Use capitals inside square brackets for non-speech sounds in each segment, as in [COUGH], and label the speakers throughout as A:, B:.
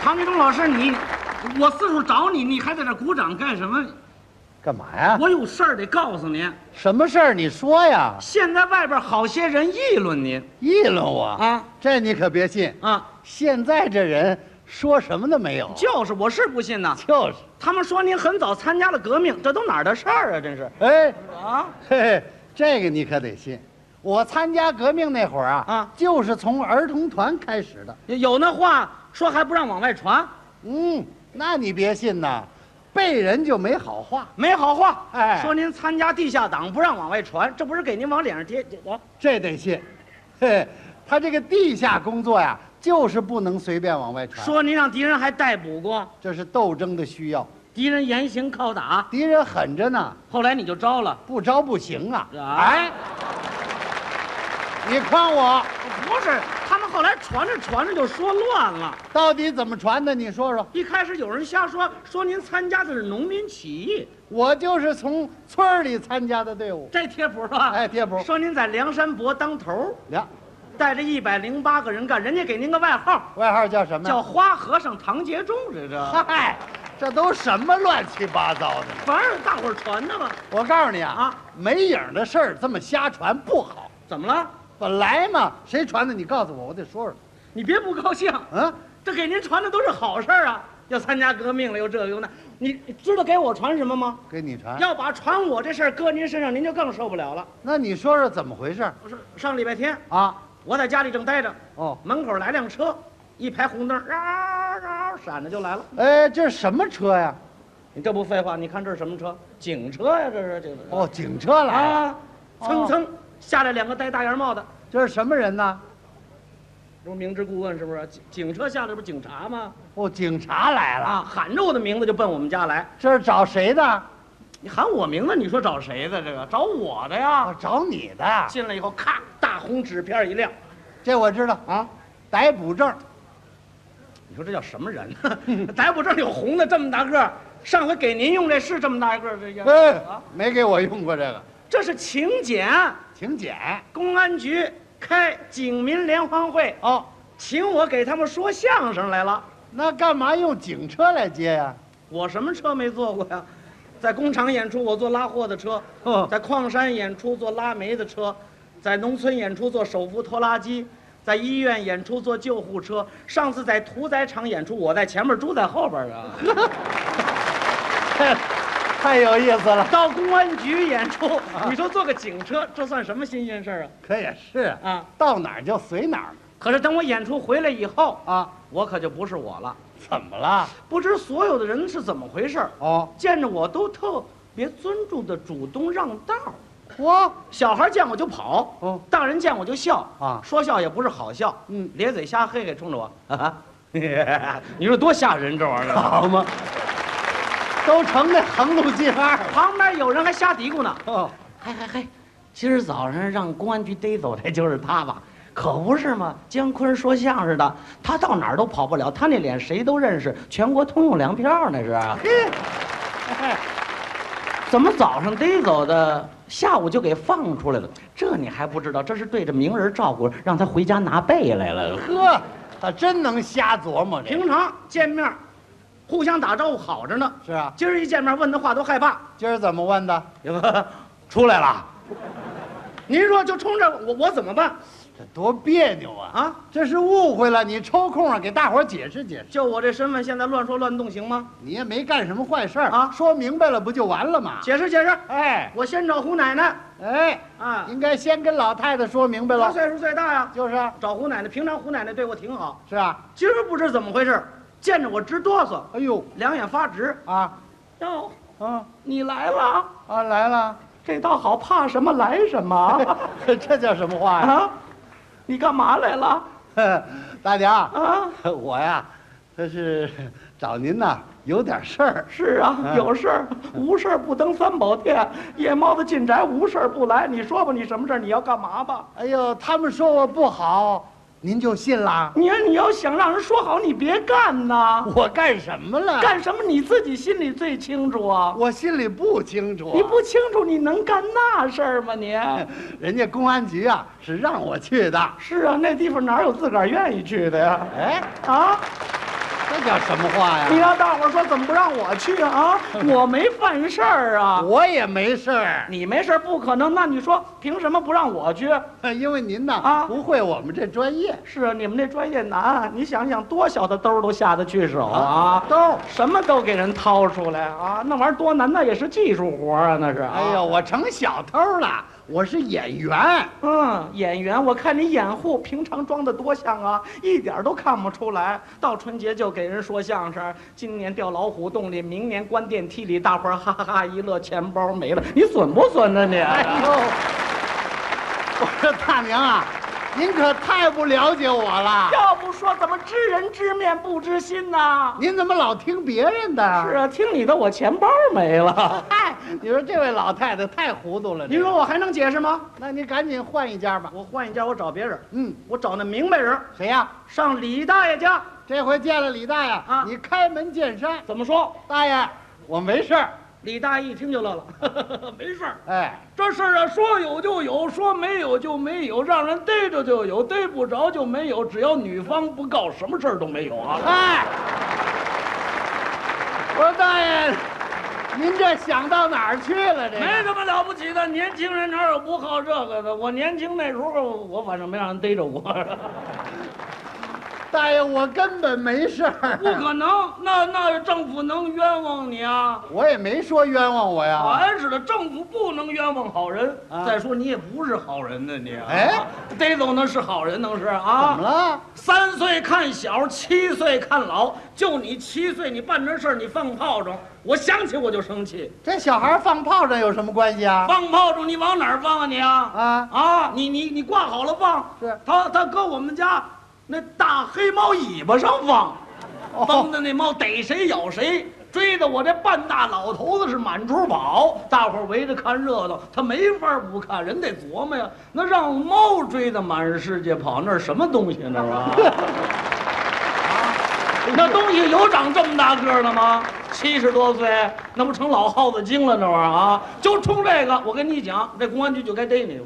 A: 唐一中老师，你我四处找你，你还在这鼓掌干什么？
B: 干嘛呀？
A: 我有事儿得告诉您，
B: 什么事儿？你说呀？
A: 现在外边好些人议论您
B: 议论我
A: 啊？
B: 这你可别信。
A: 啊，
B: 现在这人说什么都没有，
A: 就是我是不信呐。
B: 就是。
A: 他们说您很早参加了革命，这都哪儿的事儿啊？真是
B: 哎，
A: 啊，
B: 嘿嘿，这个你可得信。我参加革命那会儿啊，
A: 啊
B: 就是从儿童团开始的。
A: 有有那话说还不让往外传，
B: 嗯，那你别信呐，背人就没好话。
A: 没好话。
B: 哎
A: 说您参加地下党不让往外传，这不是给您往脸上贴贴啊？
B: 这得信。嘿，他这个地下工作呀，就是不能随便往外传。
A: 说您让敌人还逮捕过，
B: 这是斗争的需要，
A: 敌人严刑拷打，
B: 敌人狠着呢，
A: 后来你就招了。
B: 不招不行啊！
A: 啊
B: 哎，你诓我，
A: 不是，他们后来传着传着就说乱了。
B: 到底怎么传的？你说说，
A: 一开始有人瞎说，说您参加的是农民起义，
B: 我就是从村儿里参加的队伍。
A: 这贴谱吧？
B: 哎贴谱
A: 说您在梁山伯当头，
B: 两
A: 带着一百零八个人干，人家给您个外号
B: 外号叫什么呀？
A: 叫花和尚唐杰忠，这这，
B: 嗨，这都什么乱七八糟的？
A: 反正大伙儿传的嘛。
B: 我告诉你啊，
A: 啊
B: 没影儿的事儿这么瞎传不好。
A: 怎么了？
B: 本来嘛，谁传的？你告诉我，我得说说。
A: 你别不高兴，啊
B: 嗯，
A: 这给您传的都是好事儿啊。要参加革命了，又这个又那，你你知道给我传什么吗？
B: 给你传。
A: 要把传我这事儿搁您身上，您就更受不了了。
B: 那你说说怎么回事儿
A: 不是上礼拜天，
B: 啊？
A: 我在家里正待着，
B: 哦，
A: 门口来辆车，一排红灯，嗷嗷闪着就来了。
B: 哎，这是什么车呀？
A: 你这不废话？你看这是什么车？警车呀、这是这个。
B: 哦，警车来了。
A: 啊，蹭蹭、下来两个戴大檐帽的，
B: 这是什么人呢？
A: 这不明知故问是不是？警警车下来不是警察吗？
B: 哦，警察来了。
A: 啊，喊着我的名字就奔我们家来。
B: 这是找谁的？啊，
A: 你喊我名字，你说找谁的？这个找我的呀。
B: 啊找你的。
A: 进来以后，咔，大红纸片一亮
B: 这我知道，
A: 啊！
B: 逮捕证。
A: 你说这叫什么
B: [LAUGHS]
A: 人？逮捕证有红的这么大个儿，上回给您用这是这么大个儿，这个
B: 哎，没给我用过这个。
A: 这是请柬。
B: 请柬。
A: 公安局开警民联欢会，
B: 哦，
A: 请我给他们说相声来了。
B: 那干嘛用警车来接呀？
A: 我什么车没坐过呀？在工厂演出，我坐拉货的车；
B: 哦，
A: 在矿山演出，坐拉煤的车；在农村演出，坐手扶拖拉机；在医院演出，坐救护车。上次在屠宰场演出，我在前面，猪在后边 [LAUGHS] 啊。
B: 太有意思了。
A: 到公安局演出，你说坐个警车，这算什么新鲜事儿
B: 可也是
A: 啊？，啊！
B: 到哪儿就随哪儿
A: 可是等我演出回来以后，
B: 啊。
A: 我可就不是我了。
B: 怎么了？
A: 不知所有的人是怎么回事儿，
B: 哦，
A: 见着我都特别尊重的主动让道儿。
B: 我
A: 小孩见我就跑，
B: 哦
A: 大人见我就笑
B: 啊
A: 说笑也不是好笑，
B: 嗯
A: 咧嘴瞎嘿嘿冲着我，哈哈， [LAUGHS] 你说多吓人这玩意 [LAUGHS] 儿！啊
B: 好嘛，都成那横路进二了。
A: 旁边有人还瞎嘀咕呢，
B: 哦，
A: 嘿嘿嘿，今儿早上让公安局逮走的就是他吧？可不是嘛，姜昆说相声的，他到哪儿都跑不了，他那脸谁都认识，全国通用粮票那是。啊
B: 嘿，
A: 怎么早上逮走的，下午就给放出来了？这你还不知道？这是对着名人照顾，让他回家拿被来了。
B: 呵，他真能瞎琢磨这。
A: 平常见面，互相打招呼好着呢。
B: 是啊，
A: 今儿一见面问的话都害怕，
B: 今儿怎么问的？ [LAUGHS]
A: 出来了。您说就冲着我，我怎么办
B: 这多别扭啊！
A: 啊？
B: 这是误会了，你抽空啊给大伙儿解释解释。
A: 就我这身份，现在乱说乱动行吗？
B: 你也没干什么坏事儿
A: 啊
B: 说明白了不就完了吗？
A: 解释解释，
B: 哎
A: 我先找胡奶奶
B: 哎，
A: 啊，
B: 应该先跟老太太说明白
A: 她
B: 了。
A: 岁数最大呀，
B: 就是啊，
A: 找胡奶奶。平常胡奶奶对我挺好，
B: 是啊，
A: 今儿不知怎么回事，见着我直哆嗦，
B: 哎呦
A: 两眼发直。
B: 啊
A: 哟，
B: 啊
A: 你来了。
B: 啊来 [LAUGHS] 了，
A: 这倒好，怕什么来什么啊
B: 这叫什么话呀？
A: 啊！你干嘛来了
B: [LAUGHS] 大娘，
A: 啊？
B: 我呀，这是找您呐，有点事儿。
A: 是啊，有事儿无事儿不登三宝殿，夜猫子进宅无事儿不来。你说吧，你什么事儿？你要干嘛吧？
B: 哎呦，他们说我不好，您就信啦？
A: 你你要想让人说好，你别干呐！
B: [LAUGHS] 我干什么了？
A: 干什么你自己心里最清楚啊！
B: 我心里不清楚啊。
A: 你不清楚，你能干那事儿吗？你
B: 人家公安局啊是让我去的。
A: 是啊，那地方哪有自个儿愿意去的呀？
B: 哎，
A: 啊，
B: 这叫什么话
A: 你
B: 呀？
A: 让大伙儿说怎么不让我去啊？我没犯事儿啊。
B: 我也没事儿，
A: 你没事儿不可能，那你说凭什么不让我去？
B: 因为您呐、
A: 啊
B: 不会我们这专业
A: 是啊，你们那专业难，你想想多小的兜儿都下得去手啊，
B: 兜儿。
A: 什么都给人掏出来啊，那玩意儿多难，那也是技术活儿啊，那是啊。
B: 哎呦，，我成小偷了，我是演员。
A: 嗯，演员，我看你掩护，平常装的多像啊，一点儿都看不出来。到春节就给人说相声，今年掉老虎洞里，明年关电梯里，大伙儿哈哈一乐，钱包没了，你损不损呢你？
B: 哎呦，我说大娘啊，您可太不了解我了。
A: 要不说怎么知人知面不知心呢？
B: 您怎么老听别人的？
A: 是啊，听你的，我钱包没 [LAUGHS] 了。
B: 嗨，你说这位老太太太糊涂了。
A: 您说，我还能解释吗？
B: 那你赶紧换一家吧。
A: 我换一家，我找别人，
B: 嗯，
A: 我找那明白人，
B: 谁呀、
A: 上李大爷家。
B: 这回见了李大爷，
A: 啊
B: 你开门见山。
A: 怎么说？
B: 大爷，我没事儿。
A: 李大爷一听就乐了， [LAUGHS] 没事儿。
B: 哎，
A: 这事儿啊，说有就有，说没有就没有，让人逮着就有，逮不着就没有。只要女方不告，什么事儿都没有啊！
B: 哎，我说大爷，您这想到哪儿去了？这个
A: 没什么了不起的，年轻人哪有不好这个的？我年轻那时候，我反正没让人逮着 [LAUGHS] 过，
B: 大爷，我根本没事儿， [LAUGHS]
A: 不可能。那那政府能冤枉你啊？
B: 我也没说冤枉我
A: 好
B: 呀。
A: 安似的，政府不能冤枉好人。
B: 啊
A: 再说你也不是好人呢，你啊
B: 哎，
A: 逮走那是好人，能是
B: 怎
A: 啊？
B: 么了？
A: 三岁看小，七岁看老。就你七岁，你办这事儿，你放炮仗，我想起我就生气。
B: 这小孩放炮仗有什么关系啊？
A: 放炮仗，你往哪儿放啊你啊？
B: 啊，
A: 啊，你你你挂好了放。
B: 是
A: 他他搁我们家那大黑猫尾巴上放，
B: 哦
A: 蹬的那猫逮谁咬谁，追的我这半大老头子是满处跑。大伙儿围着看热闹，他没法不看，人得琢磨呀。那让猫追的满世界跑，那是什么东西 [LAUGHS] 那是啊？那东西有长这么大个儿的吗？七十多岁，那不成老耗子精了？那玩意儿啊，就冲这个，我跟你讲，这公安局就该逮你，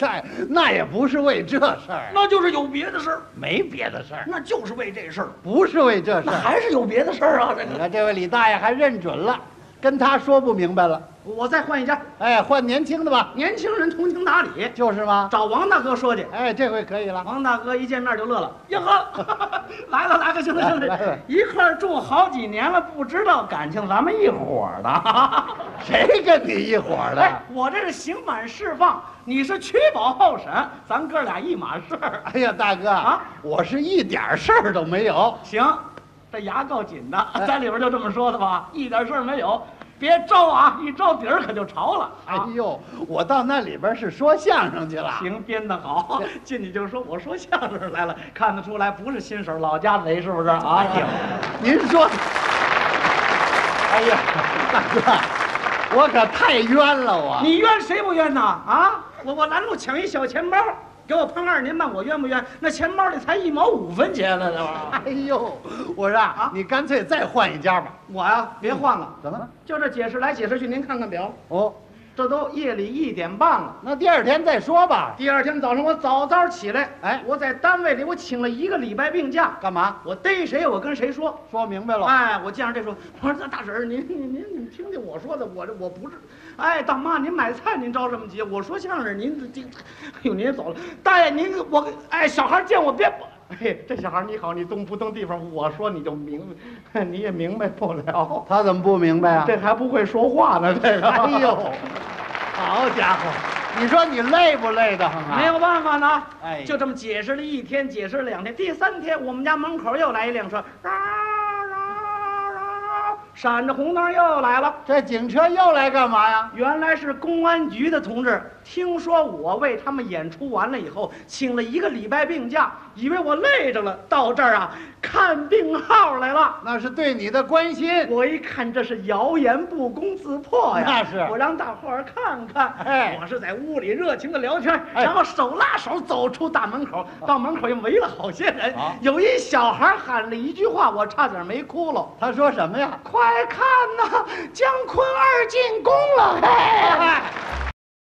B: 大爷，那也不是为这事儿，
A: 那就是有别的事儿，
B: 没别的事儿，
A: 那就是为这事儿，
B: 不是为这事
A: 那
B: 儿。
A: 还是有别的事儿啊。这
B: 你
A: 个，
B: 看这位李大爷还认准了，跟他说不明白了。
A: 我再换一家，
B: 哎，换年轻的吧，
A: 年轻人通情达理，
B: 就是吗？
A: 找王大哥说去。
B: 哎，这回可以了。
A: 王大哥一见面就乐了，哟呵， [LAUGHS] 来了来了，兄弟兄弟
B: 来了，
A: 一块儿住好几年了，不知道感情咱们一伙儿的。
B: 谁跟你一伙儿
A: 哎
B: 的？，
A: 我这是刑满释放，你是取保候审，咱哥俩一码事儿。
B: [LAUGHS] 哎呀，大哥
A: 啊
B: 我是一点儿事儿都没有。
A: 行，这牙够紧的，
B: 哎
A: 在里边就这么说的吧，一点事儿没有。别招啊，一招底儿可就潮了
B: 哎
A: 啊！
B: 呦，我到那里边是说相声去了。
A: 行，编得好，
B: 哎
A: 进去就说我说相声来了，看得出来不是新手，老家贼是不是啊？
B: 哎呦，您说，哎呀，大哥，我可太冤了我。
A: 你冤谁不冤呐？啊，我我拦路抢一小钱包，给我判二年半，我冤不冤？那钱包里才一毛五分钱呢，这玩意儿。
B: [LAUGHS] 哎呦，我说啊
A: 啊，
B: 你干脆再换一家吧。
A: 我呀、别换了，
B: 怎么了？
A: 就这解释来解释去，您看看表，
B: 哦，
A: 这都夜里一点半了。
B: 那第二天再说吧。
A: 第二天早上我早早起来，
B: 哎
A: 我在单位里我请了一个礼拜病假，
B: 干嘛？
A: 我逮谁我跟谁说。
B: 说明白了。
A: 哎，我见着这说，我说大婶儿，您您您您听听我说的，我这我不是，哎，大妈您买菜您着什么急？我说相声您这这，哎呦您也走了，大爷您我哎小孩见我别不，哎这小孩你好你动不动地方，我说你就明， [LAUGHS] 你也明白不了，
B: 他怎么不明白啊？
A: 这还不会说话呢这个，
B: [LAUGHS] 哎呦，好家伙，你说你累不累的很啊？
A: 没有办法呢，
B: 哎
A: 就这么解释了一天，解释了两天，第三天我们家门口又来一辆车，啊啊啊，闪着红灯又来了。
B: 这警车又来干嘛呀？
A: 原来是公安局的同志，听说我为他们演出完了以后，请了一个礼拜病假，以为我累着了，到这儿啊看病号来了。
B: 那是对你的关心。
A: 我一看这是谣言不攻自破呀！
B: 那是
A: 我让大伙儿看看。
B: 哎
A: 我是在屋里热情的聊天，
B: 哎
A: 然后手拉手走出大门口，到门口又围了好些人
B: 啊。
A: 有一小孩喊了一句话，我差点没哭了。
B: 他说什么呀？哎
A: 快看呐，姜昆二进宫了！嘿，